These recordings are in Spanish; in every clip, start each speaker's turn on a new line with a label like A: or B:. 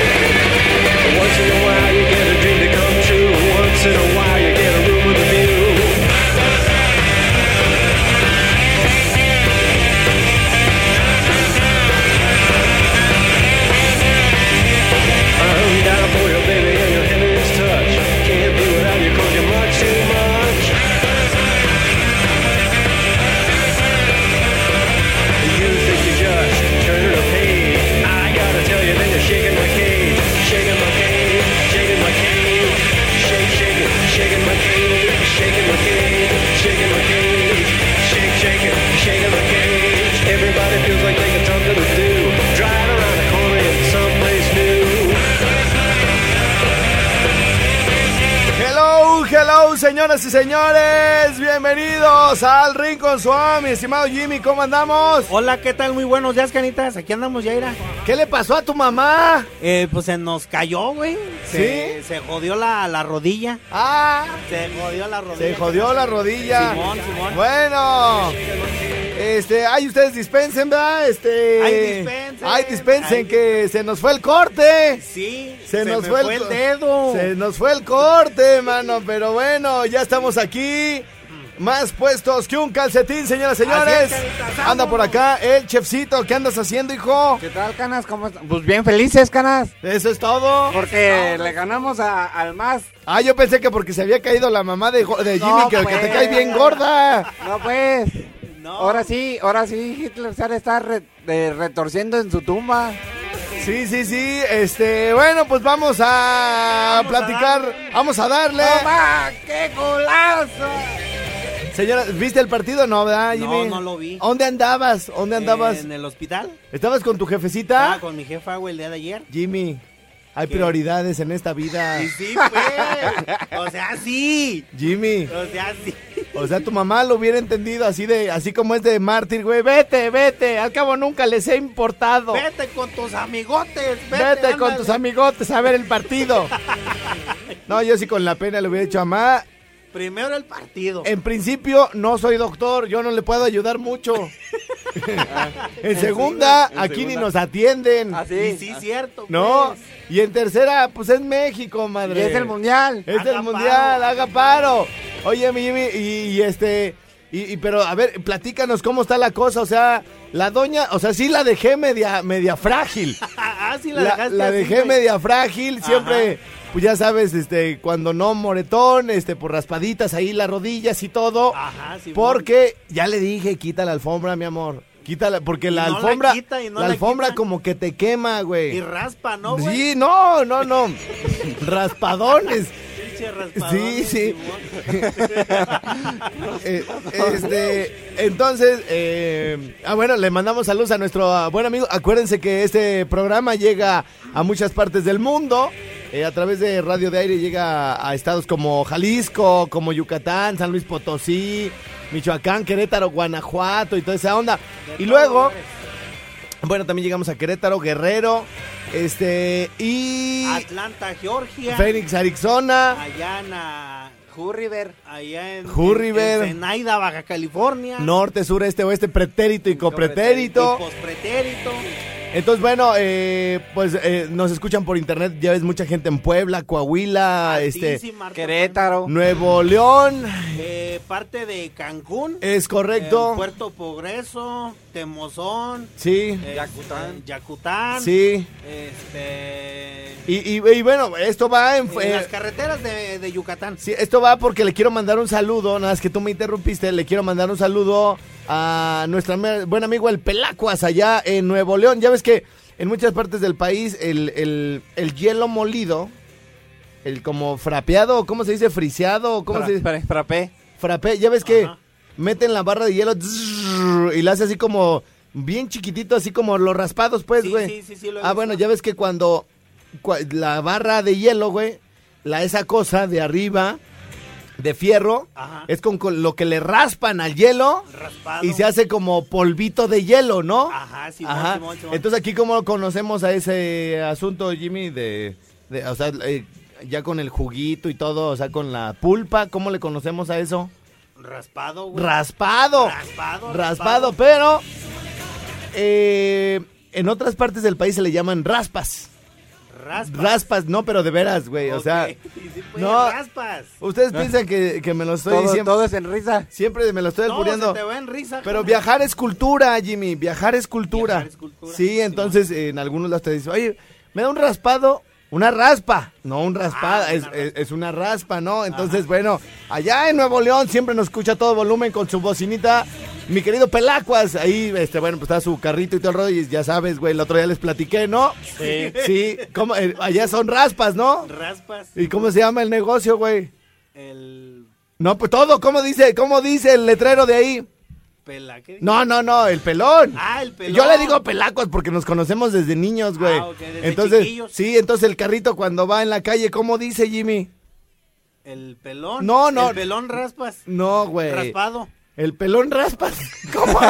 A: Once in a while you get a dream to come true. Once in a while you get a room with a view. I'm down for you, baby, and your hand is touch. Can't be without you 'cause you much too much. You think you just turning a page. I gotta tell you, then you're shaking my cage. Shaking my cage, shaking my cage. Shake, shake it, shaking my cage. Shaking my cage, shaking my cage. Shake, shake it, shaking my cage. Everybody feels like they got something to do. Driving around the corner in someplace new.
B: Hello, hello, señoras y señores. Bienvenidos al Rincón Suave, mi estimado Jimmy. ¿Cómo andamos?
C: Hola, ¿qué tal? Muy buenos días, canitas. Aquí andamos, Yaira.
B: ¿Qué le pasó a tu mamá?
C: Eh, pues se nos cayó, güey. Se, se jodió la, la rodilla.
B: Ah,
C: Se jodió la rodilla.
B: se jodió la rodilla.
C: Simón, Simón.
B: Bueno, este, ay, ustedes dispensen, ¿verdad? Este,
C: Ay, dispensen.
B: Ay, dispensen,
C: Ay.
B: que se nos fue el corte.
C: Sí,
B: Se, nos
C: me
B: fue,
C: el,
B: co-
C: dedo.
B: Se nos fue el corte, mano. Pero bueno, ya estamos aquí. Más puestos que un calcetín, señoras y señores.
C: Así es, canitas,
B: Anda
C: vámonos.
B: por acá el chefcito. ¿Qué andas haciendo, hijo?
D: ¿Qué tal, Canas? ¿Cómo están? Pues bien felices, Canas.
B: Eso es todo.
D: Porque le ganamos a- al más.
B: Ah, yo pensé que porque se había caído la mamá de, go- de Jimmy,
D: No,
B: que, que
D: pues.
B: te cae bien gorda.
D: No, pues.
C: No.
D: Ahora sí, ahora sí, Hitler Zar está re- de- retorciendo en su tumba.
B: Sí, sí, sí. Este, bueno, pues vamos a
C: Vamos a
B: platicar.
C: darle.
B: vamos a darle.
D: ¡Toma! ¡Qué golazo!
B: Señora, ¿viste el partido? No, ¿verdad,
C: No,
B: Jimmy?
C: no lo vi.
B: ¿Dónde andabas? ¿Dónde andabas?
C: En el Ah, hospital.
B: ¿Estabas con tu jefecita?
C: Estaba con mi jefa, güey, el día de ayer.
B: Jimmy, hay
C: ¿Qué?
B: prioridades en esta vida.
C: Y sí, pues. o sea, sí.
B: Jimmy,
C: O sea, sí.
B: o sea, tu mamá lo hubiera entendido así de, así como es de mártir, güey. Vete, vete, al cabo nunca les he importado. Vete,
C: Vete con tus amigotes. Vete,
B: con
C: ándale.
B: tus amigotes a ver el partido. No, yo sí con la pena le hubiera dicho a mamá.
C: Primero el partido.
B: En principio, no soy doctor, yo no le puedo ayudar mucho. en segunda,
D: en
B: aquí
D: segunda.
B: ni nos atienden.
D: Así.
C: Y sí, cierto.
B: ¿No?
C: pues.
B: Y en tercera, pues es México,
D: Y
B: madre.
D: es el mundial.
B: Es
C: Haga
B: el mundial,
C: paro.
B: haga paro. Oye, mi Jimmy, y, y este. Y, y pero, a ver, platícanos cómo está la cosa. O sea, la doña, o sea, sí la dejé media, media frágil.
C: Ah, sí, la,
B: La,
C: dejaste.
B: la
C: así,
B: dejé
C: güey.
B: media frágil, siempre, pues ya sabes, este, cuando no moretón, este, por raspaditas ahí las rodillas y todo.
C: Ajá, Ah, sí,
B: porque ya le dije, quita la alfombra, mi amor. Quítala, porque la
C: no la
B: alfombra, la,
C: quita, y no la
B: alfombra
C: quita.
B: como que te quema, güey.
C: Y raspa, ¿no, güey?
B: sí, no, no, no. Raspadones.
C: Pinche raspadón,
B: Sí, sí.
C: Simón.
B: Eh, este, entonces, eh, ah, bueno, le mandamos saludos a nuestro ah, buen amigo. Acuérdense que este programa llega a muchas partes del mundo. eh, a través de Radio de Aire llega a, a estados como Jalisco, como Yucatán, San Luis Potosí, Michoacán, Querétaro, Guanajuato y toda esa onda. Y luego, bueno, también llegamos a Querétaro, Guerrero, este, y
C: Atlanta, Georgia.
B: Phoenix, Arizona.
C: Allá en, ah,
D: Hurriver.
C: allá en,
B: Hurriver.
C: en Zenaida, Baja California.
B: Norte, sur, este, oeste, pretérito y copretérito.
C: Y pospretérito.
B: Entonces, bueno, eh, pues eh, nos escuchan por internet. Ya ves mucha gente en Puebla, Coahuila, este,
C: Altísima, Arto-
D: Querétaro.
B: Nuevo León.
C: Eh, parte de Cancún.
B: Es
C: eh,
B: correcto.
C: Puerto Progreso. Temozón.
B: Sí,
C: eh,
D: Yacután.
C: eh, Yacután.
B: sí.
C: Este.
B: Y, y- y bueno, esto va en.
C: en
B: eh,
C: las carreteras de, de Yucatán.
B: sí, esto va porque le quiero mandar un saludo. Nada más que tú me interrumpiste. Le quiero mandar un saludo a nuestro buen amigo el Pelacuas allá en Nuevo León. Ya ves que en muchas partes del país el, el- el hielo molido, el como frapeado, ¿cómo se dice? Friseado, ¿cómo se dice?
D: Fra- Frappé.
B: Frappé, ya ves que
C: Ajá.
B: meten la barra de hielo tzz, y la hace así como bien chiquitito, así como los raspados, pues,
C: Sí,
B: güey.
C: sí, sí, sí, lo he
B: Ah,
C: visto.
B: bueno, ya ves que cuando cua- la barra de hielo, güey, la esa cosa de arriba de fierro
C: Ajá.
B: es con, con lo que le raspan al hielo
C: Raspado.
B: y se hace como polvito de hielo, ¿no?
C: Ajá, sí,
B: Ajá.
C: Entonces,
B: Entonces aquí cómo conocemos a ese asunto, Jimmy, de, de- o sea, eh, ya con el juguito y todo, o sea, con la pulpa, ¿cómo le conocemos a eso?
C: raspado, güey.
B: Raspado.
C: Raspado,
B: Raspado,
C: raspado.
B: pero eh, en otras partes del país se le llaman raspas.
C: Raspas.
B: Raspas, no, pero de veras, güey, o sea,
C: Ok. Sí, pues,
B: no.
C: raspas.
B: ustedes piensan que, que me lo estoy
D: Todo,
B: siempre,
D: todo es en risa.
B: siempre me lo estoy
C: No,
B: albureando.
C: se te va en risa.
B: Pero
C: carnal.
B: viajar es cultura, Jimmy. Viajar es cultura.
C: Viajar es cultura,
B: Sí,
C: Simón.
B: entonces eh, en algunos lados te dicen, oye, me da un raspado, una raspa. No, un raspada,
C: Ah,
B: es,
C: una raspa.
B: es- es una raspa, ¿no? Entonces, bueno, allá en Nuevo León siempre nos escucha a todo volumen con su bocinita. Mi querido Pelacuas, ahí, este, bueno, pues está su carrito y todo el rollo, y ya sabes, güey, el otro día les platiqué, ¿no?
C: Sí.
B: Sí, ¿cómo? Eh, allá son raspas, ¿no?
C: Raspas.
B: ¿Y cómo se llama el negocio, güey?
C: El
B: No, pues todo, ¿cómo dice, cómo dice el letrero de ahí?
C: pela. ¿qué
B: No, no, no, el pelón.
C: Ah, el pelón.
B: Yo le digo pelacuas porque nos conocemos desde niños, güey.
C: Ah, ok, desde
B: entonces,
C: chiquillos.
B: sí, entonces el carrito cuando va en la calle, ¿cómo dice Jimmy?
C: El pelón.
B: No, no. Eh.
C: El pelón raspas.
B: No, güey.
C: Raspado.
B: El pelón raspas. ¿Cómo?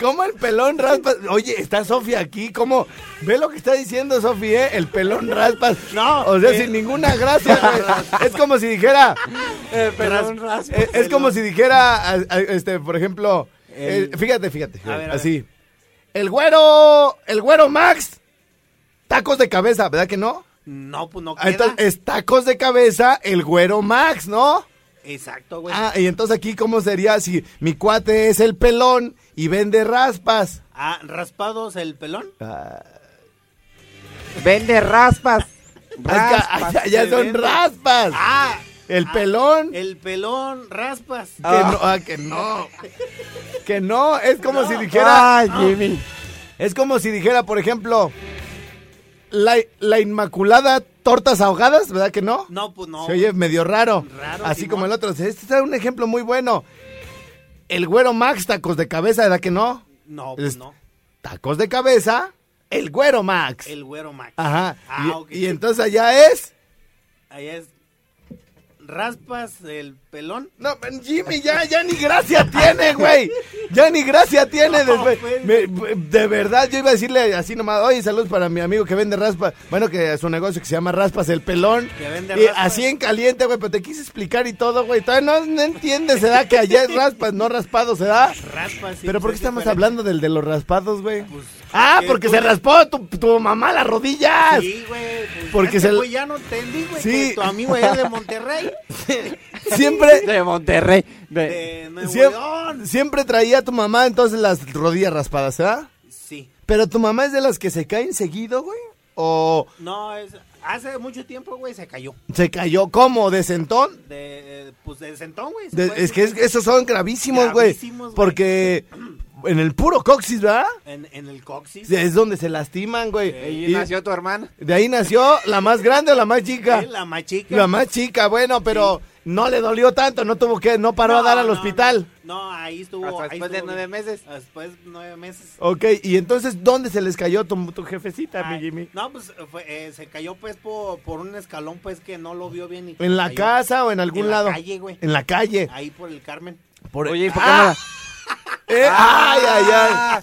B: ¿Cómo el pelón raspas? Oye, está Sofía aquí, ¿cómo? Ve lo que está diciendo Sofía, ¿eh? El pelón raspas.
C: No,
B: O sea,
C: eh.
B: sin ninguna gracia, güey. Es como si dijera,
D: Eh,
C: Ras-
D: pelón raspa.
B: Eh, es como si dijera, a- a- este, por ejemplo,
D: El-
B: eh, fíjate, fíjate,
C: A ver, a
B: así. El güero, el güero Max, tacos de cabeza, ¿verdad que no?
C: No, pues no
B: Ah,
C: queda.
B: Entonces, es tacos de cabeza, el güero Max, ¿no?
C: Exacto, güey. Ah.
B: Ah, y entonces aquí, ¿cómo sería si mi cuate es el pelón y vende raspas?
C: Ah, raspados el pelón.
B: Ah.
D: Vende raspas.
B: Acá-
D: Raspas.
B: allá- allá
C: se
B: son
C: vende.
B: raspas.
C: Ah.
B: el
C: ah,
B: pelón.
C: El pelón raspas.
B: Que no, ah, que no. Que no, es como si dijera.
D: Ay, Ah. Jimmy.
B: Es como si dijera, por ejemplo, la, la Inmaculada Tortas Ahogadas, ¿verdad que no?
C: No, pues no.
B: Se oye medio raro.
C: Raro,
B: así
C: Simón.
B: como el otro. Este es un ejemplo muy bueno. El güero Max, tacos de cabeza, ¿verdad que no?
C: No, pues
B: Es-
C: no.
B: Tacos de cabeza, el güero Max.
C: El güero Max.
B: Ajá.
C: Ah,
B: y,
C: ok.
B: y entonces allá es.
C: Allá es raspas el pelón.
B: No, Jimmy, ya, ya ni gracia tiene, güey. Ya ni gracia tiene.
C: No,
B: después.
C: pues.
B: Me- me- de verdad, yo iba a decirle así nomás, oye, saludos para mi amigo que vende raspa. Bueno, que su negocio que se llama Raspas el Pelón.
C: Que vende
B: Y
C: raspas.
B: así en caliente, güey, pero te quise explicar y todo, güey. Todavía no, no entiendes, se da que allá es raspas, no raspado, se da.
C: Raspas. sí,
B: Pero ¿por qué
C: pues,
B: estamos
C: diferente.
B: hablando del de los raspados, güey?
C: Pues,
B: ah,
C: que
B: porque
C: tú
B: se
C: le-
B: raspó tu, tu mamá las rodillas.
C: Sí, güey. Pues,
B: Porque
C: porque
B: se-
C: se. Güey, ya no entendí, güey.
B: Sí.
C: que Tu amigo allá de Monterrey.
B: Siempre,
D: De Monterrey. De-
C: De Nuevo
B: siempre,
C: León.
B: siempre traía a tu mamá entonces las rodillas raspadas, ¿verdad?
C: Sí.
B: Pero tu mamá es de las que se caen seguido, güey. O
C: No, es. Hace mucho tiempo, güey, se cayó.
B: se cayó como de sentón.
C: De, eh, pues de sentón, güey. se
B: De-
C: puede
B: es que es-
C: decir.
B: esos son gravísimos, güey.
C: Gravísimos, güey.
B: Porque en el puro coxis, ¿verdad?
C: En, en el coxis.
B: Es donde se lastiman, güey.
D: Ahí
B: Y
D: nació tu hermana.
B: De ahí nació la más grande o la más chica.
C: Eh, La más chica.
B: La más chica, bueno, pero no le dolió tanto, no tuvo que, no paró a
C: No,
B: dar al
C: no,
B: hospital.
C: No, no, ahí estuvo.
D: Hasta
C: ahí
D: después de
C: estuvo
D: nueve
C: bien.
D: meses.
C: Después de nueve meses.
B: Ok, y entonces, ¿dónde se les cayó tu, tu jefecita, mi
C: Ay,
B: Jimmy?
C: No, pues fue, eh, se cayó pues por, por un escalón pues que no lo vio bien. Y
B: ¿En la
C: cayó.
B: casa o en algún
C: En la
B: lado?
C: calle, güey.
B: En la calle.
C: Ahí por el Carmen.
B: Por-
D: Oye, ¿y por qué
B: ¡Ah!
D: no la-
B: Eh,
C: Ah.
B: ay, ay,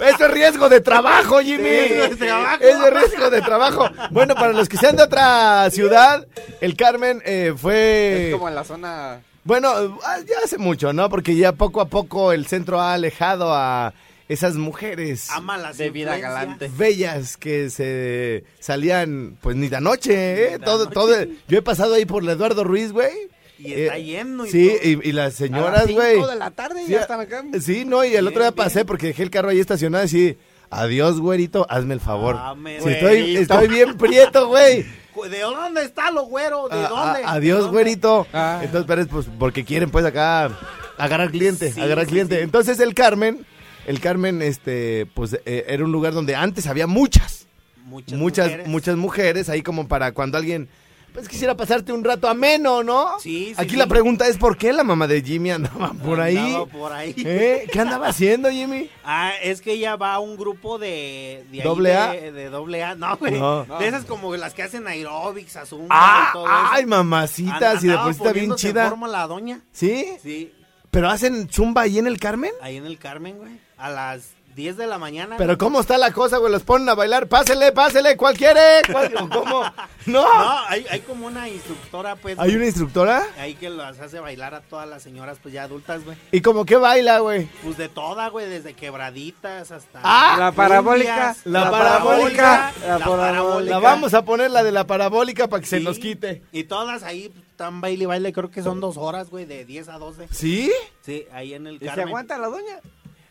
B: ay. Eso es riesgo de trabajo, Jimmy.
C: riesgo de trabajo.
B: Es de riesgo de trabajo. Bueno, para los que sean de otra ciudad, el Carmen eh, fue.
D: Es como en la zona.
B: Bueno, ah, ya hace mucho, ¿no? Porque ya poco a poco el centro ha alejado a esas mujeres
C: Ama las
D: De vida
C: influencias.
D: galante.
B: bellas que se salían, pues ni de anoche, ¿eh?
C: Ni de
B: todo,
C: anoche.
B: todo. Yo he pasado ahí por la Eduardo Ruiz, güey. Eh,
C: Y está lleno y
B: Sí,
C: todo.
B: y, y las
D: a las
B: señoras,
D: cinco
B: güey.
D: de la tarde y
B: Sí,
D: ya
B: a-
D: están acá.
B: Sí, no, y el otro día
C: Bien,
B: pasé
C: bien.
B: porque dejé el carro ahí estacionado y sí, adiós, güerito, hazme el favor.
C: Dame,
B: Sí, estoy,
D: güerito.
B: estoy bien prieto, güey.
C: ¿De dónde está lo güero? ¿De
B: A- a-
C: dónde? ¿De
B: Ah, adiós,
C: dónde?
B: güerito.
D: Ah.
B: Entonces, pero es, pues, porque quieren, pues, acá agarrar cliente,
C: Sí,
B: agarrar
C: sí,
B: cliente.
C: sí.
B: Entonces, el Carmen el Carmen, este, pues eh, era un lugar donde antes había muchas,
C: Muchas,
B: muchas,
C: mujeres.
B: muchas mujeres ahí como para cuando alguien, pues quisiera pasarte un rato ameno, ¿no?
C: Sí, sí,
B: Aquí
C: sí.
B: la pregunta es por qué la mamá de Jimmy andaba por ahí.
C: Andaba por ahí.
B: ¿Eh? ¿Qué andaba haciendo Jimmy?
C: Ah, es que ella va a un grupo de... de ahí
B: ¿Doble A?
C: De, de doble A, no, güey.
B: No.
C: De esas como las que hacen aeróbics, a zumba y todo
B: Ah,
C: eso.
B: ay, mamacita, si de
C: Andaba
B: por sí está bien
C: poniéndose en
B: chida.
C: forma la doña.
B: ¿Sí?
C: Sí,
B: ¿Pero hacen zumba ahí en el Carmen?
C: ahí en el Carmen, güey. A las 10 de la mañana.
B: Pero ¿cómo está la cosa, güey? Los ponen a bailar. Pásele, pásele. ¿Cuál quiere? ¿Cuál- o ¿Cómo? No.
C: No, hay, hay como una instructora, pues.
B: ¿Hay
C: güey,
B: una instructora?
C: Ahí que las hace bailar a todas las señoras, pues ya adultas, güey.
B: ¿Y como que baila, güey?
C: Pues de toda, güey, desde quebraditas hasta.
B: Ah,
D: la parabólica,
C: cumbias,
B: la parabólica,
D: la
C: La parabólica.
B: La vamos a poner la de la parabólica para que se
C: Sí,
B: nos quite.
C: Y todas ahí pues, están baile y baile, creo que son dos horas, güey, de 10 a 12.
B: ¿Sí?
C: Sí, ahí en el
D: ¿Y se
C: Carmen.
D: aguanta la doña?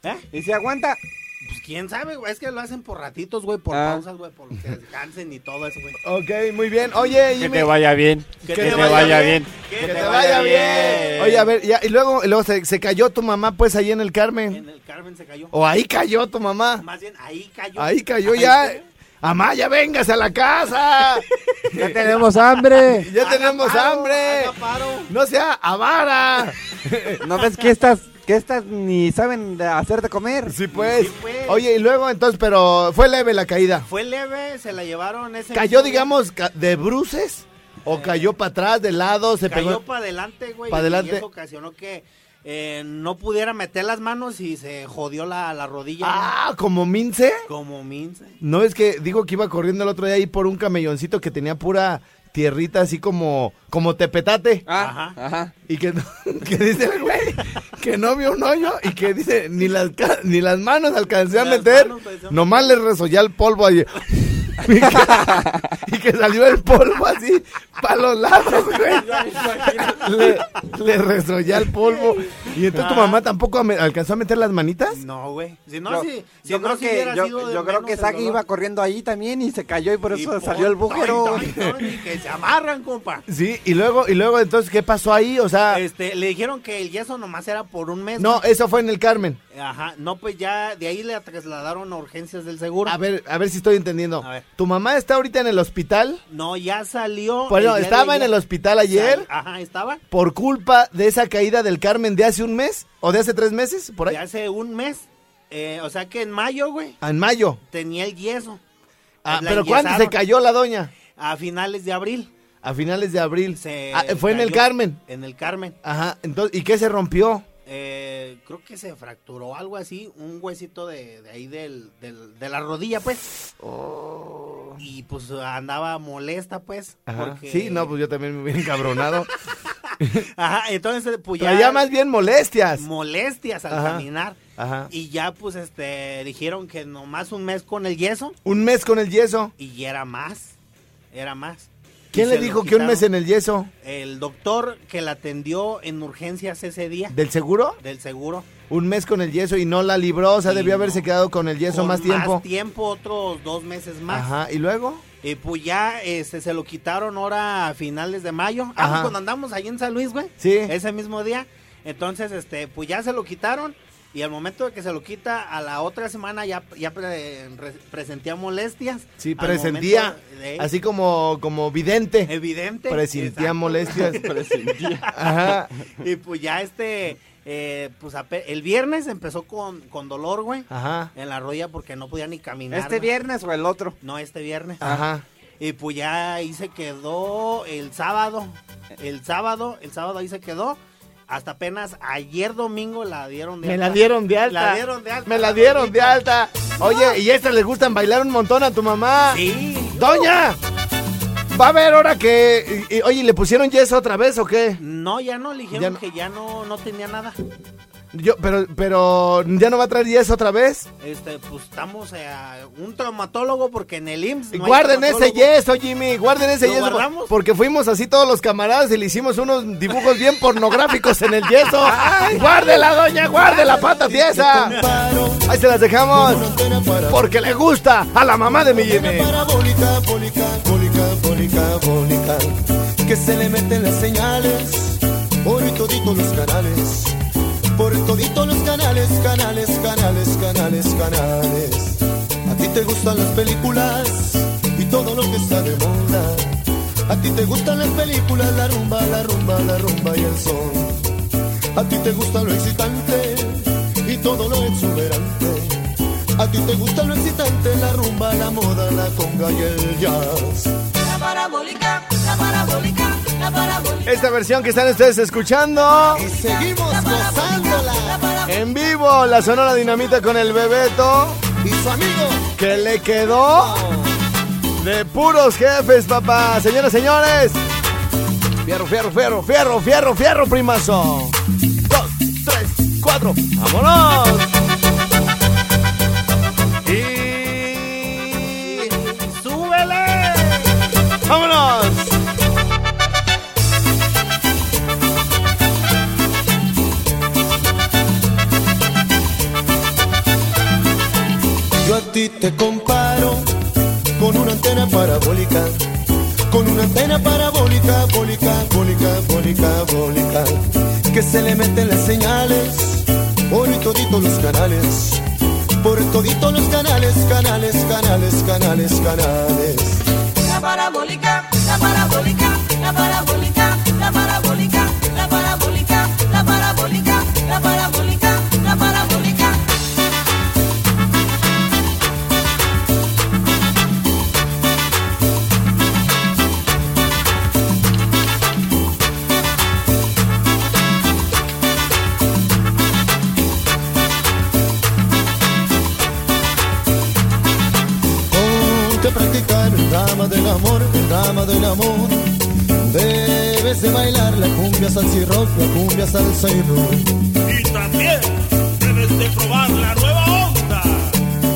C: ¿Eh?
D: ¿Y se aguanta?
C: Pues quién sabe, güey, es que lo hacen por ratitos, güey, por
D: Ah.
C: pausas, güey, por que descansen y todo eso, güey.
B: Ok, muy bien. Oye,
E: Que
B: Jimmy.
E: te vaya bien.
C: Que
E: te
C: te
E: vaya
C: vaya
E: bien.
B: Que te vaya bien. Oye, a ver, ya, y luego, y luego se, se cayó tu mamá, pues, ahí en el Carmen.
C: En el Carmen se cayó.
B: O ahí cayó tu mamá.
C: Más bien, ahí cayó.
B: Ahí cayó ya.
C: cayó.
B: Amá, ya véngase a la casa.
D: Ya tenemos hambre.
B: Ya
C: Haga
B: tenemos
C: paro,
B: hambre.
C: haga paro.
B: No sea avara.
D: ¿No ves que estas, que estas ni saben de hacer de comer?
B: Sí pues.
C: Sí, pues.
B: Oye, y luego entonces, pero fue leve la caída.
C: Fue leve, se la llevaron ese. mismo
B: ¿Cayó,
C: día.
B: digamos, ca- de bruces? ¿O cayó para atrás, de lado? ¿Se
C: Cayó
B: pegó?
C: para adelante, güey.
B: Pa' adelante.
C: Y eso ocasionó que eh, no pudiera meter las manos y se jodió la, la rodilla.
B: Ah, como mince.
C: güey. Como mince.
B: No es que digo que iba corriendo el otro día ahí por un camelloncito que tenía pura tierrita así como como tepetate
D: Ah, ajá.
B: y que, no- que dice el güey que no vio un hoyo y que dice ni las ca- ni las manos alcancé a
C: Las
B: meter
C: manos alcancé a
B: nomás le resollé el polvo ahí y, que, y que salió el polvo así para los lados güey le, le resollé el polvo y entonces tu mamá tampoco ame- alcanzó a meter las manitas
C: Ah. No, güey. Si no,
D: Yo-
C: si, si
D: yo
C: no,
D: creo
C: si
D: que,
C: hubiera
D: yo,
C: sido de
D: yo creo
C: menos
D: que
C: el
D: Saki
C: dolor.
D: iba corriendo ahí también y se cayó y por
C: Y
D: eso
C: por-
D: salió el bujero.
C: Ay, ay, ay, y que se amarran, compa.
B: sí y luego y luego entonces qué pasó ahí o sea
C: Este, le dijeron que el yeso nomás era por un mes.
B: Ah. no eh. eso fue en el Carmen
C: güey. Ajá, no, pues ya de ahí le trasladaron a urgencias del seguro.
B: A ver, a ver si estoy entendiendo.
C: A ver.
B: Tu mamá está ahorita en el hospital.
C: No, ya salió.
B: Bueno,
C: el día de
B: estaba en
C: ayer.
B: el hospital ayer
C: Ajá, estaba.
B: por culpa de esa caída del Carmen de hace un mes o de hace tres meses, por ahí.
C: De hace un mes. Eh, o sea que en mayo, güey,
B: Ah, En mayo.
C: tenía el yeso.
B: Ah,
C: La
B: pero ¿cuándo se
C: enyesaron
B: cayó la doña?
C: A finales de abril.
B: A finales de abril.
C: Se
B: Ah, fue en el
C: cayó.
B: Carmen.
C: En el Carmen.
B: Ajá. Entonces, ¿y qué se rompió?
C: Eh, creo que se fracturó algo así, un huesito de, de ahí del, del- de la rodilla, pues. Y pues andaba molesta, pues.
B: Oh. Ajá.
C: porque-
B: Sí, no, pues yo también me hubiera encabronado.
C: Ajá, entonces pues ya...
B: Traía más bien molestias.
C: Molestias al
B: Ajá. Ah.
C: caminar.
B: Ajá.
C: Y ya pues este, dijeron que nomás un mes con el yeso.
B: Un mes con el yeso.
C: Y era más, era más.
B: ¿Quién
C: Y
B: le
C: se lo
B: dijo que un mes en
C: quitaron.
B: el yeso?
C: El doctor que la atendió en urgencias ese día
B: ¿Del seguro?
C: del seguro.
B: Un mes con el yeso y no la libró, o sea,
C: Y
B: debió
C: no.
B: haberse quedado con el yeso
C: Con
B: más tiempo.
C: Más tiempo, otros dos meses más.
B: Ajá, y luego.
C: Y pues ya este, se lo quitaron ahora a finales de mayo. Ah,
B: Ajá.
C: pues cuando andamos ahí en San Luis, güey.
B: Sí.
C: Ese mismo día. Entonces, este, pues ya se lo quitaron. Y al momento de que se lo quita, a la otra semana ya, ya pre- re- presentía molestias.
B: Sí,
C: Al
B: presentía.
C: momento de-
B: Así como, como vidente.
C: Evidente.
B: Presentía
C: Exacto.
B: molestias. Presentía. Ajá.
C: Y pues ya este, eh, pues ape- el viernes empezó con, con dolor, güey.
B: Ajá.
C: En la rodilla porque no podía ni caminar.
D: ¿Este
C: güey.
D: viernes o el otro?
C: No, este viernes.
B: Ajá.
C: Y pues ya ahí se quedó el sábado. El sábado, el sábado ahí se quedó. Hasta apenas ayer domingo la dieron de
B: Me
C: alta.
B: la dieron de alta.
C: La dieron de alta.
B: Me la dieron de alta. Oye, y estas les gustan bailar un montón a tu mamá.
C: Sí.
B: ¡Doña! Va a haber ahora que. y- y- oye, ¿le pusieron yeso otra vez o qué?
C: No, ya no, le dijeron
B: Ya no.
C: que ya no, no tenía nada.
B: Yo, pero, pero, ¿ya no va a traer yeso otra vez?
C: Este, pues estamos eh, a un traumatólogo porque en el IMSS. no hay
B: guarden ese
C: traumatólogo.
B: yeso, Jimmy, guarden ese
C: ¿Lo
B: yeso.
C: guardamos?
B: Porque fuimos así todos los camaradas y le hicimos unos dibujos bien pornográficos en el yeso. ¡Guárdela, doña! ¡Guárdela, pata tiesa! Ahí se las dejamos. Porque le gusta a la mamá de mi Jimmy.
F: parabólica, bólica, bólica, bólica, bólica, que se le meten las señales por toditos los canales. por todito los canales, canales, canales, canales, canales. A ti te gustan las películas y todo lo que está de moda. A ti te gustan las películas, la rumba, la rumba, la rumba y el sol. A ti te gusta lo excitante y todo lo exuberante. A ti te gusta lo excitante, la rumba, la moda, la conga y el jazz.
E: La parabólica, la parabólica, la parabólica.
B: Esta versión que están ustedes escuchando
F: Y seguimos gozándola.
B: en vivo, la Sonora Dinamita con el Bebeto,
F: Y su amigo.
B: que le quedó de puros jefes, papá. Señoras, señores, fierro, fierro, fierro, fierro, fierro, fierro, primazo. Dos, tres, cuatro, vámonos. Y
C: ¡Súbele!
B: vámonos.
F: Yo a ti te comparo con una antena parabólica, con una antena parabólica, bólica, bólica, bólica, bólica, que se le meten las señales por todito los canales, por todito los canales, canales, canales, canales, canales.
E: La parabólica, la parabólica, la parabólica, la parabólica, la parabólica, la parabólica, la parabólica, la parabólica.
F: Ponte a practicar el drama del amor, el drama del amor. Debes de bailar la cumbia salsa y rock, la cumbia salsa y rock.
G: Y también debes de probar la nueva onda,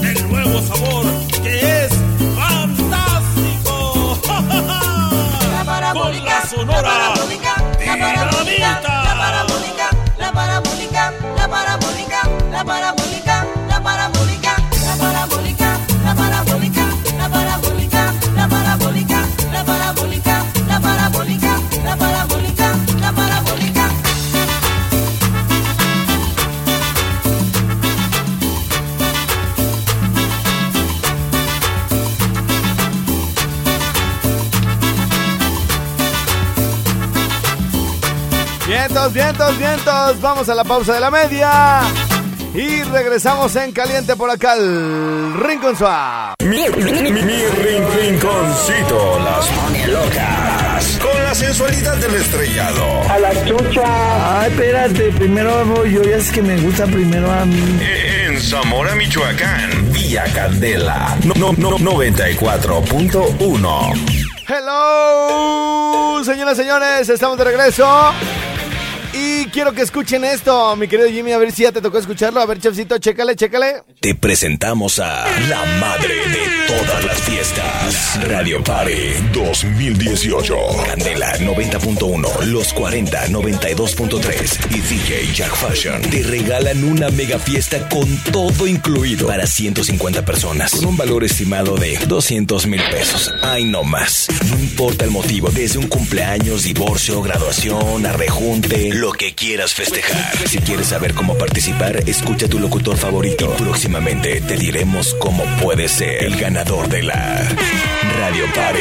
G: el nuevo sabor que es fantástico.
E: La
G: Con
E: parabólica,
G: la
E: la
G: sonora.
E: parabólica, la parabólica, la parabólica, la parabólica, la parabólica, la parabólica, la parabólica, la parabólica, la parabólica, la parabólica, la parabólica, la parabólica, la parabólica, la parabólica, la parabólica.
B: Vientos, vientos, vientos. Vamos a la pausa de la media. Y regresamos en caliente por acá al Rincón Suave.
H: Mi, mi, mi, mi rin, rinconcito las pone locas. Con la sensualidad del estrellado.
I: Ah, espérate, primero voy yo, ya es que me gusta primero a mí.
H: E-, En Zamora, Michoacán. Vía Candela. No, no, no, 94.1.
B: Hello, señoras, señores, estamos de regreso. Y quiero que escuchen esto, mi querido Jimmy, a ver si ya te tocó escucharlo. A ver, chefcito, chécale, chécale.
H: Te presentamos a la madre de todas las fiestas. Radio Party 2018. Candela 90.1, Los 40 92.3 y DJ Jack Fashion te regalan una mega fiesta con todo incluido para 150 personas con un valor estimado de 200 mil pesos. Ay, no más. No importa el motivo, desde un cumpleaños, divorcio, graduación, arrejunte, lo que quieras festejar. Si quieres saber cómo participar, escucha a tu locutor favorito. Y próximamente te diremos cómo puedes ser el ganador de la Radio Party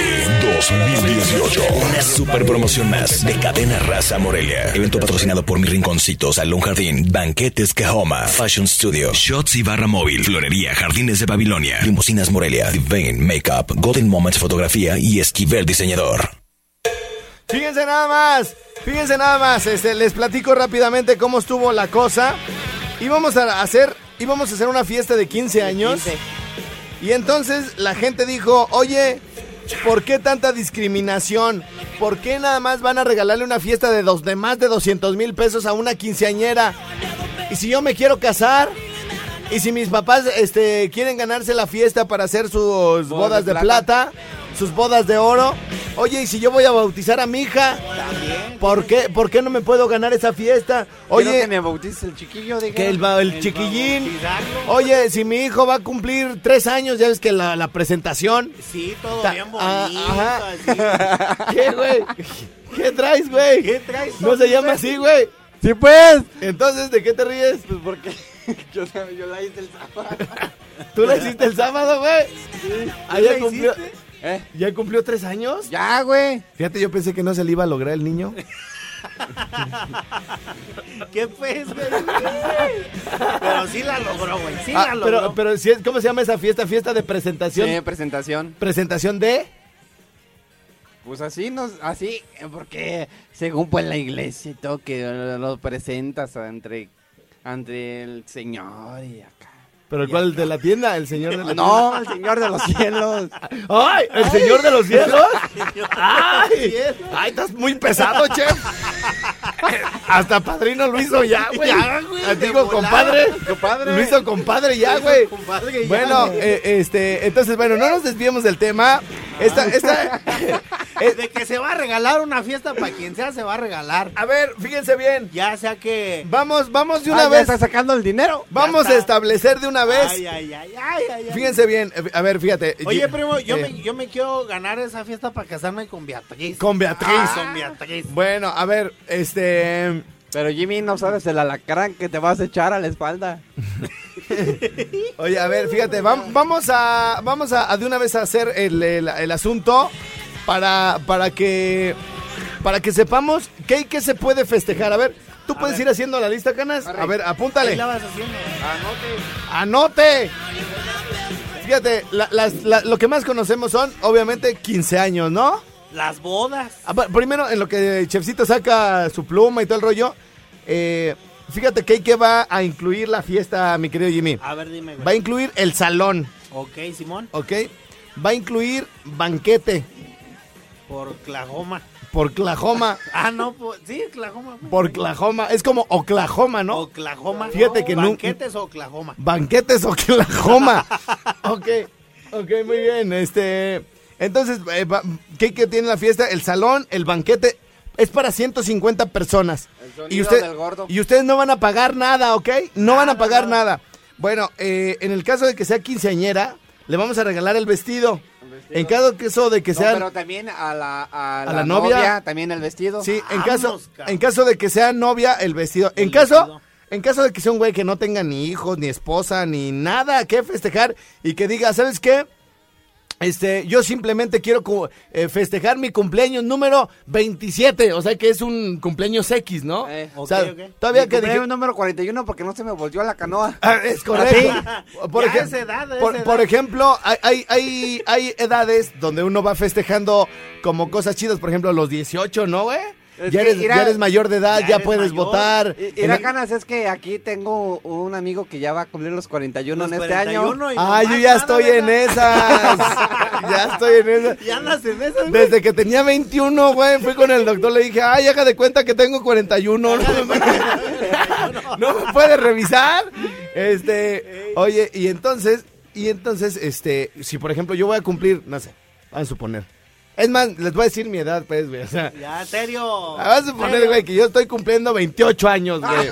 H: 2018. Una super promoción más de Cadena Raza Morelia. Evento patrocinado por Mi Rinconcito, Salón Jardín, Banquetes Cajoma, Fashion Studio, Shots y Barra Móvil, Florería, Jardines de Babilonia, Limusinas Morelia, Divine Makeup, Golden Moments Fotografía y Esquivel Diseñador.
B: Fíjense nada más, fíjense nada más. Este, les platico rápidamente cómo estuvo la cosa. Íbamos a hacer, íbamos a hacer una fiesta de 15 años. Y entonces la gente dijo, oye, ¿por qué tanta discriminación? ¿Por qué nada más van a regalarle una fiesta de, dos, de más de 200 mil pesos a una quinceañera? ¿Y si yo me quiero casar? ¿Y si mis papás este, quieren ganarse la fiesta para hacer sus bodas, de,
D: de
B: plata? ¿Sus bodas de oro? Oye, ¿y si yo voy a bautizar a mi hija? ¿Por qué, ¿Por qué no me puedo ganar esa fiesta?
D: Oye,
B: Oye,
D: que me bautice el chiquillo, diga.
B: que el, ba- el chiquillín. Oye, si mi hijo va a cumplir tres años, ya ves que la, la presentación.
C: Sí, todo
B: Ta-
C: bien
B: ah,
C: bonito.
B: ajá.
C: así.
B: ¿Qué, güey? ¿Qué traes, güey?
C: ¿Qué traes,
B: No se llama así, güey.
D: Sí, pues.
B: Entonces, ¿de qué te ríes?
D: Pues porque yo, yo la hice el sábado.
B: Pues, ¿Tú la hiciste el sábado, güey?
D: Sí.
B: Ah,
D: ¿Tú
B: ya
D: la
B: cumplió-
D: hiciste? ¿Eh?
B: ¿Ya cumplió tres años?
D: Ya, güey.
B: Fíjate, yo pensé que no se le iba a lograr el niño.
C: ¿Qué pues, güey? Pero sí la logró, güey. Sí
B: Ah,
C: la logró.
B: pero, pero si es- ¿cómo se llama esa fiesta? ¿Fiesta de presentación?
D: Sí, presentación.
B: ¿Presentación de?
D: Pues así nos, así, eh, porque según pues la iglesia y todo, que lo, lo presentas entre, ante el Señor y acá.
B: ¿Pero cuál? ¿De la tienda? ¿El señor de la
D: No, el Señor de los cielos.
B: tienda? ¡Ay! ¿El señor de los cielos? ¡Ay! ¡Ay, estás muy pesado, chef! Hasta padrino lo hizo ya, güey.
C: Ya, güey, de
B: Digo,
C: volada.
B: compadre.
D: Compadre.
B: Lo hizo compadre ya, güey.
C: Compadre, ya,
B: Bueno,
C: güey.
B: eh, este, entonces, bueno, no nos desviemos del tema. Esta, esta, eh,
C: de que se va a regalar una fiesta para quien sea, se va a regalar.
B: a ver, fíjense bien.
C: Ya sea que.
B: Vamos, vamos de
D: Ah,
B: una
D: ya
B: vez.
D: está sacando el dinero.
B: Vamos a
C: está. Ah,
B: establecer de una vez.
C: Ay, ay, ay, ay, ay, ay.
B: Fíjense bien, eh, a ver, fíjate.
C: Oye,
B: Ye-
C: primo, yo,
B: eh,
C: me, yo me quiero ganar esa fiesta para casarme con Beatriz.
B: Con Beatriz.
C: Ah, con Beatriz.
B: Bueno, a ver, este.
D: Pero Jimmy, no sabes el alacrán que te vas a echar a la espalda.
B: Oye, a ver, fíjate, vam- vamos a. Vamos a, a de una vez a hacer el, el- el asunto para, para que. Para que sepamos qué y qué se puede festejar. A ver, tú puedes ir haciendo la lista, Canas. A ver, apúntale.
C: Ahí la vas haciendo.
B: ¡Anote! Fíjate, la- las- la- lo que más conocemos son, obviamente, 15 años, ¿no?
C: Las bodas.
B: Ah, pa- Primero, en lo que Chefcito saca su pluma y todo el rollo, eh, fíjate que hay que va a incluir la fiesta, mi querido Jimmy.
C: A ver, dime,
B: Va a
C: güey.
B: incluir el salón,
C: Ok, Simón,
B: ¿ok? Va a incluir banquete
C: por Oklahoma.
B: por Clajoma,
C: Ah, no, por, sí, Oklahoma. güey.
B: por Clajoma. Es como Oklahoma, ¿no?
C: Oklahoma.
B: Fíjate que nu-
C: Banquetes Oklahoma.
B: Banquetes Oklahoma. ok, ok, muy bien. Este, entonces, eh, va- ¿qué, qué tiene la fiesta? El salón, el banquete. Es para 150 personas.
D: El sonido
B: Y, usted-
D: del gordo.
B: y ustedes no van a pagar nada, ¿ok? No van a pagar nada. Bueno, eh, en el caso de que sea quinceañera, le vamos a regalar el vestido. En caso que eso de que
D: No,
B: sean...
D: pero también a la, a la
B: la novia.
D: novia, también el vestido.
B: Sí, en caso,
C: Vámonos, cabrón.
B: en caso de que sea novia, el vestido. En
C: El
B: caso,
C: vestido.
B: en caso de que sea un güey que no tenga ni hijos, ni esposa, ni nada que festejar y que diga, ¿sabes qué? Este, yo simplemente quiero cu- eh, festejar mi cumpleaños número 27, o sea que es un cumpleaños X, ¿no?
D: Eh,
B: o sea,
C: ok, ok.
B: todavía que
D: que
B: dije-
D: número 41 porque no se me volvió la canoa.
B: Ah, es correcto. Por,
C: Ya
B: ejem-
C: es edad, es
B: por-
C: edad.
B: por ejemplo, hay- hay, hay, hay edades donde uno va festejando como cosas chidas, por ejemplo, los 18, ¿no, güey?
D: Es
B: Ya
D: que
B: eres,
D: ir a-
B: ya eres mayor de edad,
C: ya
B: ya
C: eres
B: puedes
C: mayor.
B: votar.
D: Y, y
B: En
D: la
B: el-
D: ganas es que aquí tengo un amigo que ya va a cumplir los 41
C: Los
D: en este
C: 41
D: año.
C: y
B: Ah,
C: nomás
B: yo ya
C: nada,
B: estoy en
C: ¿verdad?
B: esas. ya estoy en esas.
C: Ya andas en esas, güey.
B: Desde que tenía 21, güey, fui con el doctor, le dije, ay, haga de cuenta que tengo 41. No me, no me puede revisar. Este, oye, y entonces, y entonces, este, si por ejemplo yo voy a cumplir, no sé, van a suponer. Es más, les voy a decir mi edad, pues, güey, o sea.
C: Ya, serio.
B: Ah, Vas a suponer, güey, que yo estoy cumpliendo 28 años, güey.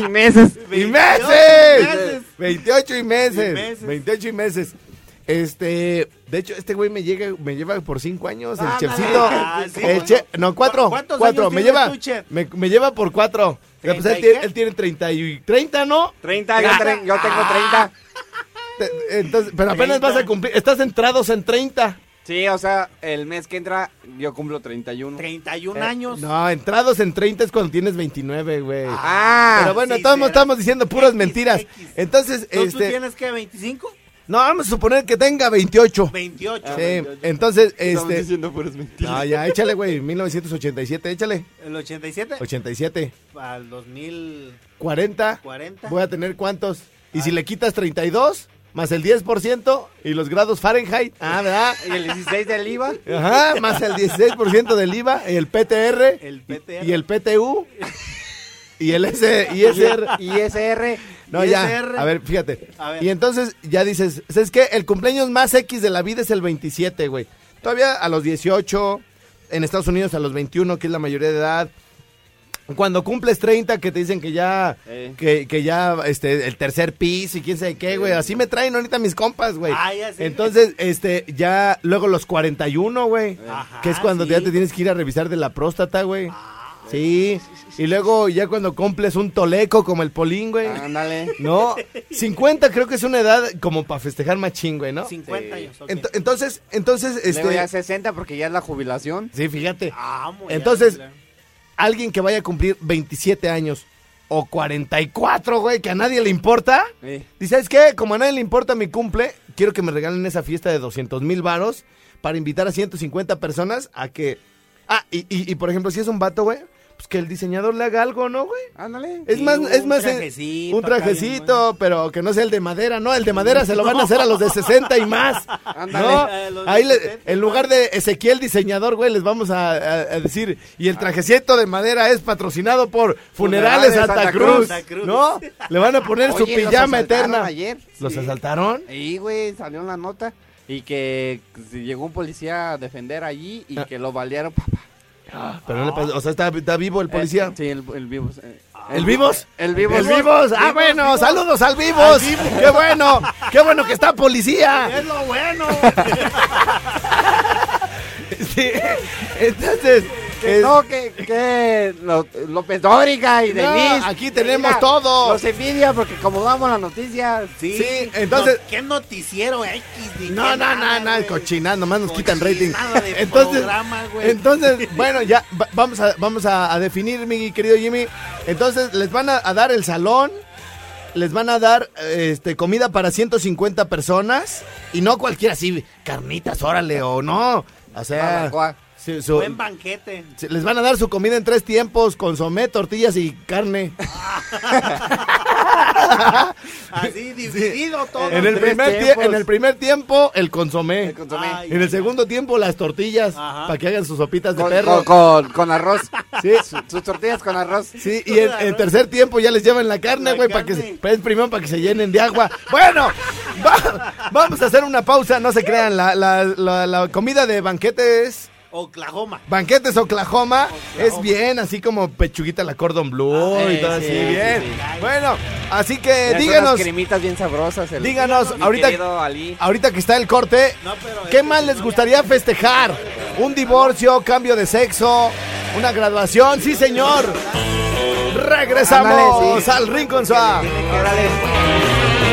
D: Y meses.
B: ¡Y
C: 28
B: meses!
C: meses.
B: 28 y meses.
C: Y meses.
B: 28 y meses. Este, de hecho, este güey me llega, me lleva por cinco años, el
C: Ándale.
B: chefcito.
C: Ah, sí,
B: el
C: güey.
B: che- no, cuatro.
C: ¿Cuántos
B: Cuatro,
C: años
B: me
C: tienes
B: lleva.
C: tú, chef?
B: Me, me lleva por cuatro. Ya, pues,
C: ¿Treinta
B: él,
C: y
B: tiene,
C: qué?
B: él tiene 30 y 30, ¿no?
D: 30, yo, tre-
B: Ah.
D: yo tengo
C: Ah,
D: 30.
B: Te- Entonces, pero apenas
C: Treinta.
B: vas a cumplir, estás entrados en 30.
D: Sí, o sea, el mes que entra yo cumplo 31. Eh,
C: 31 años.
B: No, entrados en 30 es cuando tienes 29, güey.
D: Ah,
B: pero bueno,
C: sí,
B: todos
C: será.
B: estamos diciendo puras
C: X,
B: mentiras.
C: X.
B: Entonces,
C: Entonces, ¿Tú
B: este,
C: tienes que 25?
B: no, vamos a suponer que tenga 28.
C: 28.
B: Sí, entonces,
D: Estamos
B: este.
D: diciendo puras mentiras.
B: No, ya, échale, güey. 1987, échale.
C: El 87
B: 87.
C: al 2040.
B: 40. Voy a tener cuántos. Y si le quitas 32, más el 10% y los grados Fahrenheit. Ah, ¿verdad?
D: ¿Y el 16 del IVA?
B: Ajá, más el 16% del IVA, el PTR.
C: El PTR.
B: Y el PTU. Y el S, ISR.
D: ISR.
B: No, ya.
C: ISR.
B: A ver, fíjate.
C: A ver.
B: Y entonces ya dices, ¿sabes qué? El cumpleaños más X de la vida es el 27, güey. Todavía a los 18, en Estados Unidos a los 21, que es la mayoría de edad. Cuando cumples 30, que te dicen que ya,
D: Eh.
B: que, que ya, este, el tercer piso y quién sabe qué, güey. Así me traen ahorita mis compas, güey.
C: Ah, ya sé.
B: Entonces, este, ya, luego los 41, güey.
C: Ajá,
B: que es cuando
C: sí.
B: ya te tienes que ir a revisar de la próstata, güey. Sí. Y luego ya cuando comples un toleco como el polín, güey.
D: Ah, Ándale.
B: No, 50 creo que es una edad como para festejar machín, güey, ¿no?
C: 50 años, ok.
B: Ent- entonces, entonces, este...
D: Luego ya 60 porque ya es la jubilación.
B: Sí, fíjate.
C: Ah, muy bien.
B: Entonces, alguien que vaya a cumplir 27 años o 44, güey, que a nadie le importa.
D: Sí.
B: Dice, ¿sabes qué? Como a nadie le importa mi cumple, quiero que me regalen esa fiesta de 200 mil varos para invitar a 150 personas a que... Ah, y, y- y, por ejemplo, si es un vato, güey, pues que el diseñador le haga algo, ¿no, güey?
D: Ándale.
B: Es
C: Sí,
B: más, es
C: un
B: más... eh,
C: trajecito
B: Un
C: acá bien
B: trajecito, pero que no sea el de madera, ¿no? El de madera se lo van a hacer a los de 60 y más. ¿no?
D: Ándale.
C: Eh, los de
B: Ahí le-
C: 70,
B: en lugar de Ezequiel diseñador, güey, les vamos a, a- a decir, y el trajecito de madera es patrocinado por Funerales
D: Funerales
B: Santa,
D: Santa
B: Cruz,
C: Santa Cruz.
B: ¿no? Le van a poner su
D: Oye, los
B: pijama
D: asaltaron
B: eterna.
D: ayer.
B: ¿Los
D: Sí.
B: asaltaron?
D: Y, güey, salió en la nota y que llegó un policía a defender allí
B: Ah.
D: y que lo balearon. papá.
B: Pero no le pasó- o sea, está, está vivo el policía.
D: Eh, sí, el, el vivos. eh,
B: ¿El vivos?
D: El vivos.
B: El vivos. Ah, bueno, saludos al vivos. Qué bueno, qué bueno que está policía.
C: Es lo bueno.
B: Sí. Entonces,
D: Que
B: es-
D: no, que, que Lo- López Dóriga y
B: No,
D: Denise.
B: aquí tenemos todo.
D: Los envidia porque como damos la noticia.
C: Sí,
B: Sí, entonces-
C: No, ¿Qué noticiero X? Ni
B: No,
C: qué
B: no, no,
C: nada,
B: no,
C: güey.
B: cochinadas, nomás nos quitan rating.
C: Cochinada de
B: Entonces,
C: programa, güey.
B: entonces, bueno, ya va- vamos a, vamos a, a definir, mi querido Jimmy. Entonces, les van a, a dar el salón, les van a dar este comida para 150 personas y no cualquiera así, carnitas, órale, o no. O sea,
D: Barbacoa.
B: su- su-
C: Buen banquete.
B: se- les van a dar su comida en tres tiempos, consomé, tortillas y carne.
C: Así dividido todo.
B: En el,
D: tres
B: primer tie-
D: tiempos.
B: en el primer tiempo, el consomé.
D: El consomé.
C: Ay,
B: en el segundo tiempo, las tortillas,
C: Ajá.
B: para que hagan sus sopitas de
D: Con,
B: perro.
D: con- con- con arroz.
B: Sí.
D: Su- Sus tortillas con arroz.
B: Sí, Eh, y en, en tercer tiempo ya les llevan la carne,
C: La
B: güey, para que
C: carne.
B: se, pues, primero para que se llenen de agua. Bueno, va- vamos a hacer una pausa, no se crean, la, la- la- la comida de banquetes,
C: Oklahoma.
B: banquetes Oklahoma, es
C: Oklahoma.
B: bien, así como pechuguita a la cordon bleu
D: Ah,
B: y
D: sí,
B: todo así,
D: sí,
B: bien.
C: sí.
B: Bueno, así que
D: Ya son unas
B: díganos,
D: cremitas bien sabrosas. El,
B: díganos,
D: mi
B: ahorita,
D: querido Ali.
B: ahorita que está el corte,
C: No, pero
B: ¿qué
C: este
B: más
C: sí
B: les
C: no
B: gustaría festejar? ¿Un divorcio, cambio de sexo, una graduación? Sí, señor. Regresamos
D: Ándale, sí.
B: al Rincón Suave.
D: Órale.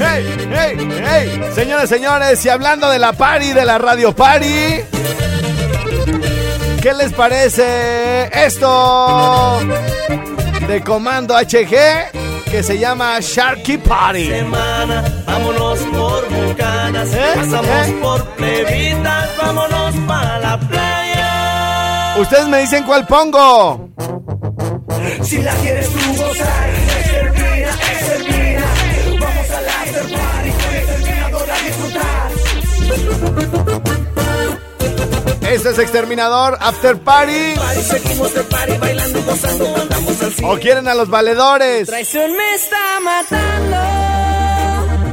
B: ¡Hey! ¡Hey! ¡Hey! Señores, señores, y hablando de la party, de la radio party, ¿qué les parece esto de Comando HG que se llama Sharky Party?
A: Semana, vámonos por Bucanas,
B: ¿Eh?
A: pasamos
B: ¿Eh?
A: por Plebitas, vámonos para la playa.
B: Ustedes me dicen cuál pongo.
A: Si la quieres tú gozar, es servida, es servida. Vamos al after party, con el terminador a disfrutar.
B: Este es Exterminador After Party.
A: Ahí seguimos de party, bailando, gozando, mandamos al
B: ¿O quieren a los valedores?
E: Traición me está matando.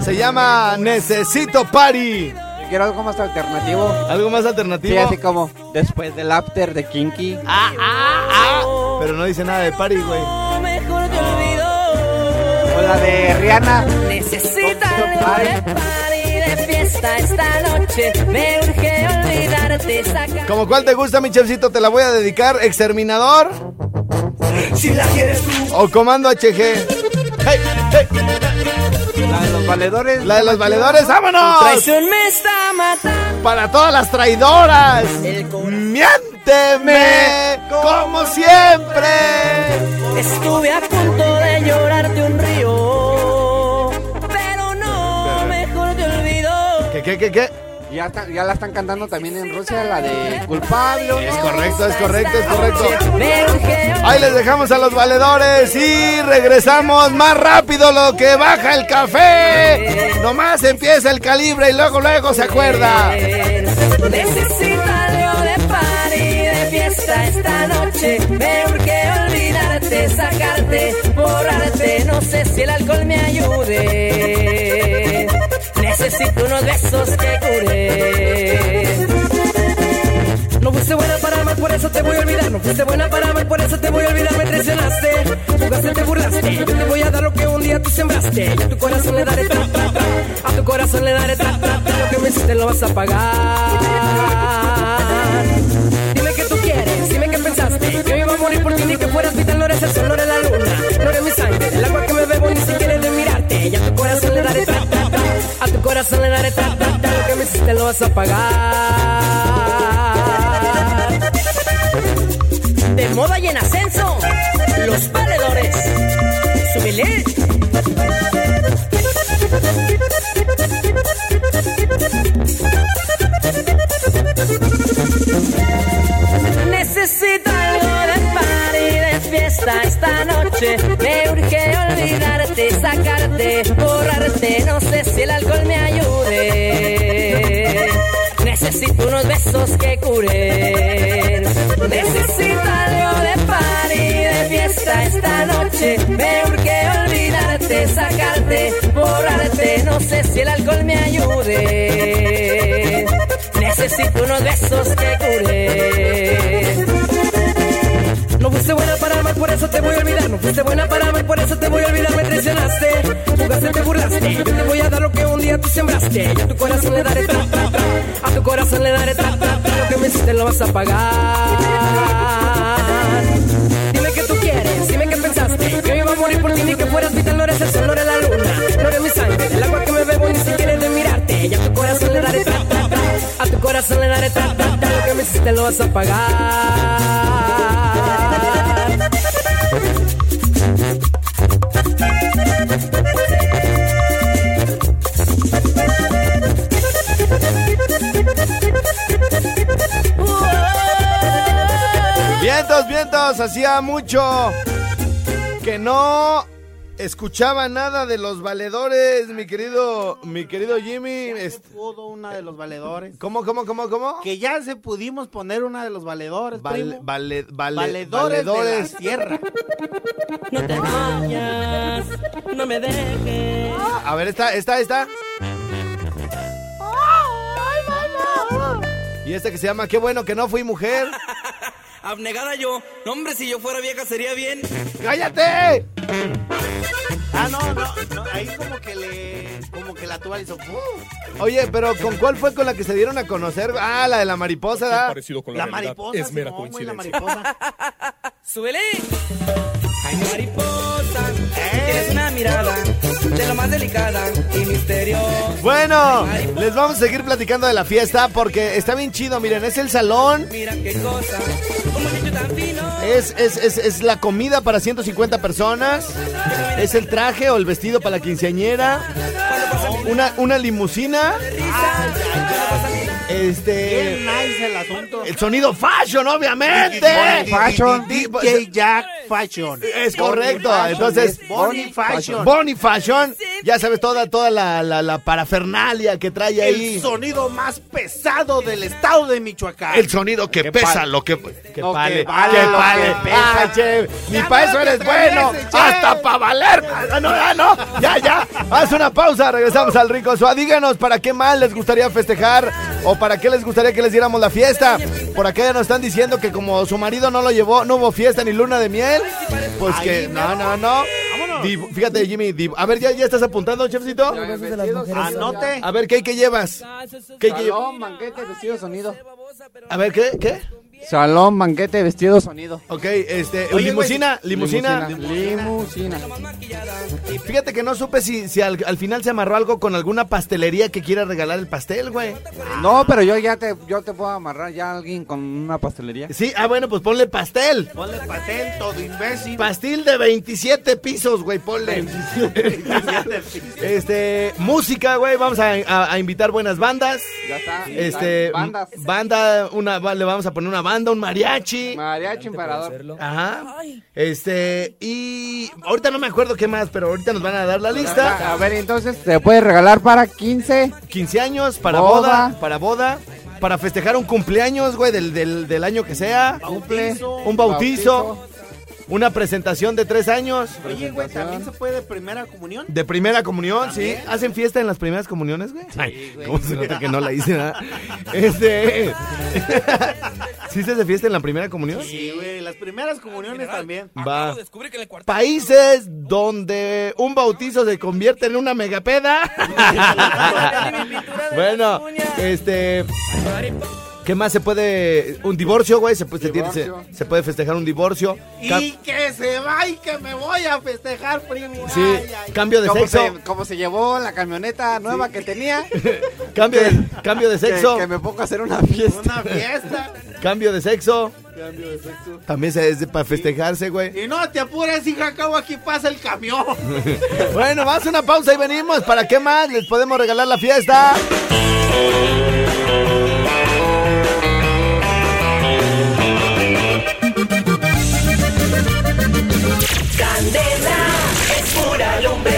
B: Se llama Necesito Party.
D: Yo Quiero algo más alternativo.
B: ¿Algo más
D: Sí,
B: alternativo?
D: así como después del after de Kinky.
B: Ah, ah, ah. Pero no dice nada de Party, güey.
E: Mejor te olvido.
D: O la de Rihanna.
E: Necesitan de party de fiesta esta noche. Me urge olvidarte. Saca.
B: ¿Como cuál te gusta, mi chefcito? Te la voy a dedicar. ¿Exterminador?
A: Si la quieres tú
B: ¿O Comando HG? Hey, hey,
D: La de los valedores.
B: ¿La de los valedores? ¡Vámonos!
E: Traición me está matando.
B: Para todas las traidoras.
E: El corazón
B: ¡Miénteme! ¡Como siempre!
E: Estuve a punto de llorarte un río, pero no, mejor te olvido.
B: ¿Qué, qué, qué, qué?
D: Ya, está- ya la están cantando también en Rusia, la de culpable. ¿o no?
B: Es correcto, es correcto, es correcto.
E: Me urge
B: Ahí les dejamos a los valedores y regresamos más rápido lo que baja el café. Nomás empieza el calibre y luego luego se acuerda.
E: olvidar. Necesito algo de party, de fiesta esta noche. Me urge olvidarte, sacarte, borrarte. No sé si el alcohol me ayude. Necesito unos besos que curen.
J: No fuiste buena para amar, por eso te voy a olvidar. No fuiste buena para amar, por eso te voy a olvidar. Me traicionaste, jugaste, te burlaste. Yo te voy a dar lo que un día tú sembraste. Y a tu corazón le daré tra, tra, tra. A tu corazón le daré tra, tra, tra. Lo que me hiciste lo vas a pagar. Dime que tú quieres, dime que pensaste. Yo iba a morir por ti, ni que fueras vital. No eres el sol, no eres la luna. No eres mi sangre, el agua que me bebo ni siquiera de mirarte. Y a tu corazón le daré tra, tra, tra. A tu corazón le daré tra, tra, tra. Lo que me hiciste lo vas a pagar. De moda y en ascenso, los valedores. Súbele. Necesito algo de party, de fiesta esta noche. Me urge olvidarte, sacarte, borrarte. No sé si el alcohol me ayude. Necesito unos besos que curen. Necesito algo de party, de fiesta esta noche. Me urge olvidarte, sacarte, borrarte. No sé si el alcohol me ayude. Necesito unos besos que curen. No fuiste buena para amar, por eso te voy a olvidar. No fuiste buena para amar, por eso te voy a olvidar. Me traicionaste, jugaste, te burlaste. Yo te voy a dar lo que un día tú sembraste. Y a tu corazón le daré tra, tra, tra. A tu corazón le daré tra, tra, tra. Lo que me hiciste lo vas a pagar. Dime que tú quieres, dime que pensaste. Yo iba a morir por ti, ni que fueras vital. No eres el sol, no eres la luna. No eres mi sangre, el agua que me bebo, ni siquiera de mirarte. Y a tu corazón le daré tra, tra, tra. A tu corazón le daré tra, tra, tra. Lo que me hiciste lo vas a pagar.
B: Vientos, vientos, hacía mucho que no escuchaba nada de los valedores, mi querido, mi querido Jimmy. Es-
C: pudo una de los valedores.
B: ¿Cómo, cómo, cómo, cómo?
C: Que ya se pudimos poner una de los valedores,
B: Vale-
C: primo.
B: vale- vale-
C: valedores,
B: valedores.
C: de la tierra.
J: No te vayas, no me dejes.
B: A ver, esta, esta, esta. Y esta que se llama Qué bueno que no fui mujer.
K: Abnegada yo. No, hombre, si yo fuera vieja sería bien.
B: ¡Cállate!
C: Ah, no, no, no, ahí como que le, como que la tuba le hizo, ¡uh!
B: Oye, pero ¿con cuál fue con la que se dieron a conocer? Ah, la de la mariposa, ¿verdad?
L: parecido con
K: la La realidad. mariposa, Es mera Simón, güey, la coincidencia. ¡Súbele! Ay, mariposa, tienes una mirada de lo más delicada y misteriosa.
B: Bueno, les vamos a seguir platicando de la fiesta porque está bien chido, miren, es el salón.
K: Mira qué cosa, como niño tan fino.
B: Es, es, es, es la comida para 150 personas. Es el traje o el vestido para la quinceañera. Una, una limusina.
C: Bien
B: Este.
C: nice el asunto.
B: El sonido fashion, obviamente.
C: Fashion.
B: DJ
C: Jack Fashion.
B: Es correcto. Entonces,
C: Bonnie Fashion.
B: Bonnie Fashion. Ya sabes toda, toda la, la, la parafernalia que trae ahí.
C: El sonido más pesado del estado de Michoacán.
B: El sonido que pesa, lo que. Que
C: Lo que
B: pale, que
C: vale, lo
B: pale.
C: que pesa.
B: Ay, che, ni
C: Ya
B: para
C: no
B: eso
C: te
B: eres
C: atravieses,
B: bueno.
C: che.
B: Hasta para valer. Ah, no, ya no. Ya, ya. Haz una pausa. Regresamos al Rico Suá. Díganos para qué más les gustaría festejar o para qué les gustaría que les diéramos la fiesta. Por acá ya nos están diciendo que como su marido no lo llevó, no hubo fiesta ni luna de miel. Pues que no, no, no. Div- fíjate, Jimmy. div- a ver, ¿ya, ya estás apuntando, chefcito. Eh,
D: Anote.
B: A ver, ¿qué, qué llevas? ¿Qué, qué llevas?
D: Salón, banquete, vestido, sonido.
B: A ver, ¿qué? ¿Qué?
D: Salón, banquete, vestido, sonido.
B: Ok, este,
D: Oye,
B: limusina,
D: güey.
B: limusina,
D: Limusina.
B: Fíjate que no supe si, si al, al final se amarró algo con alguna pastelería que quiera regalar el pastel, güey.
D: No, pero yo ya te, yo te puedo amarrar ya a alguien con una pastelería.
B: Sí, ah, bueno, pues ponle pastel.
C: Ponle pastel, todo imbécil.
B: Pastel de 27 pisos, güey, ponle. este, música, güey, vamos a, a- a invitar buenas bandas.
D: Ya está.
B: Este,
D: Bandas.
B: banda, una, va- le vamos a poner una banda, un mariachi.
D: Mariachi Emperador.
B: Ajá. Este, y ahorita no me acuerdo qué más, pero ahorita nos van a dar la lista.
D: A ver, entonces, te puedes regalar para 15.
B: 15 años, para boda,
D: Boda.
B: para boda, para festejar un cumpleaños, güey, del, del, del año que sea.
C: Bautizo.
B: Un bautizo. Una presentación de tres años.
C: Oye, güey, ¿también se puede de primera comunión?
B: De primera comunión, sí.
C: También.
B: ¿Hacen fiesta en las primeras comuniones, güey? Ay,
C: güey.
B: ¿Cómo se nota que no la hice, nada? Este. ¿Sí se hace fiesta en la primera comunión?
C: Sí, güey, las primeras comuniones también.
B: Va. Países donde un bautizo se convierte en una megapeda. bueno, este. ¿Qué más se puede? Un divorcio, güey. Se, puede- se tiene- se-
C: Divorcio.
B: se puede festejar un divorcio. Ca-
C: Y que se va y que me voy a festejar, primo.
B: Sí, cambio de
D: ¿Cómo
B: sexo.
D: se- ¿Cómo se llevó la camioneta nueva que tenía?
B: Cambio de, cambio de
D: Que-
B: sexo.
D: Que, me pongo a hacer una
C: Una
D: fiesta.
C: fiesta.
B: Cambio de sexo.
C: Cambio de sexo.
B: También se es de- para festejarse, güey.
C: Y no te apures, hija, acabo aquí pasa el camión.
B: bueno, vamos a una pausa y venimos. ¿Para qué más? Les podemos regalar la fiesta.
E: Candela es pura lumbre.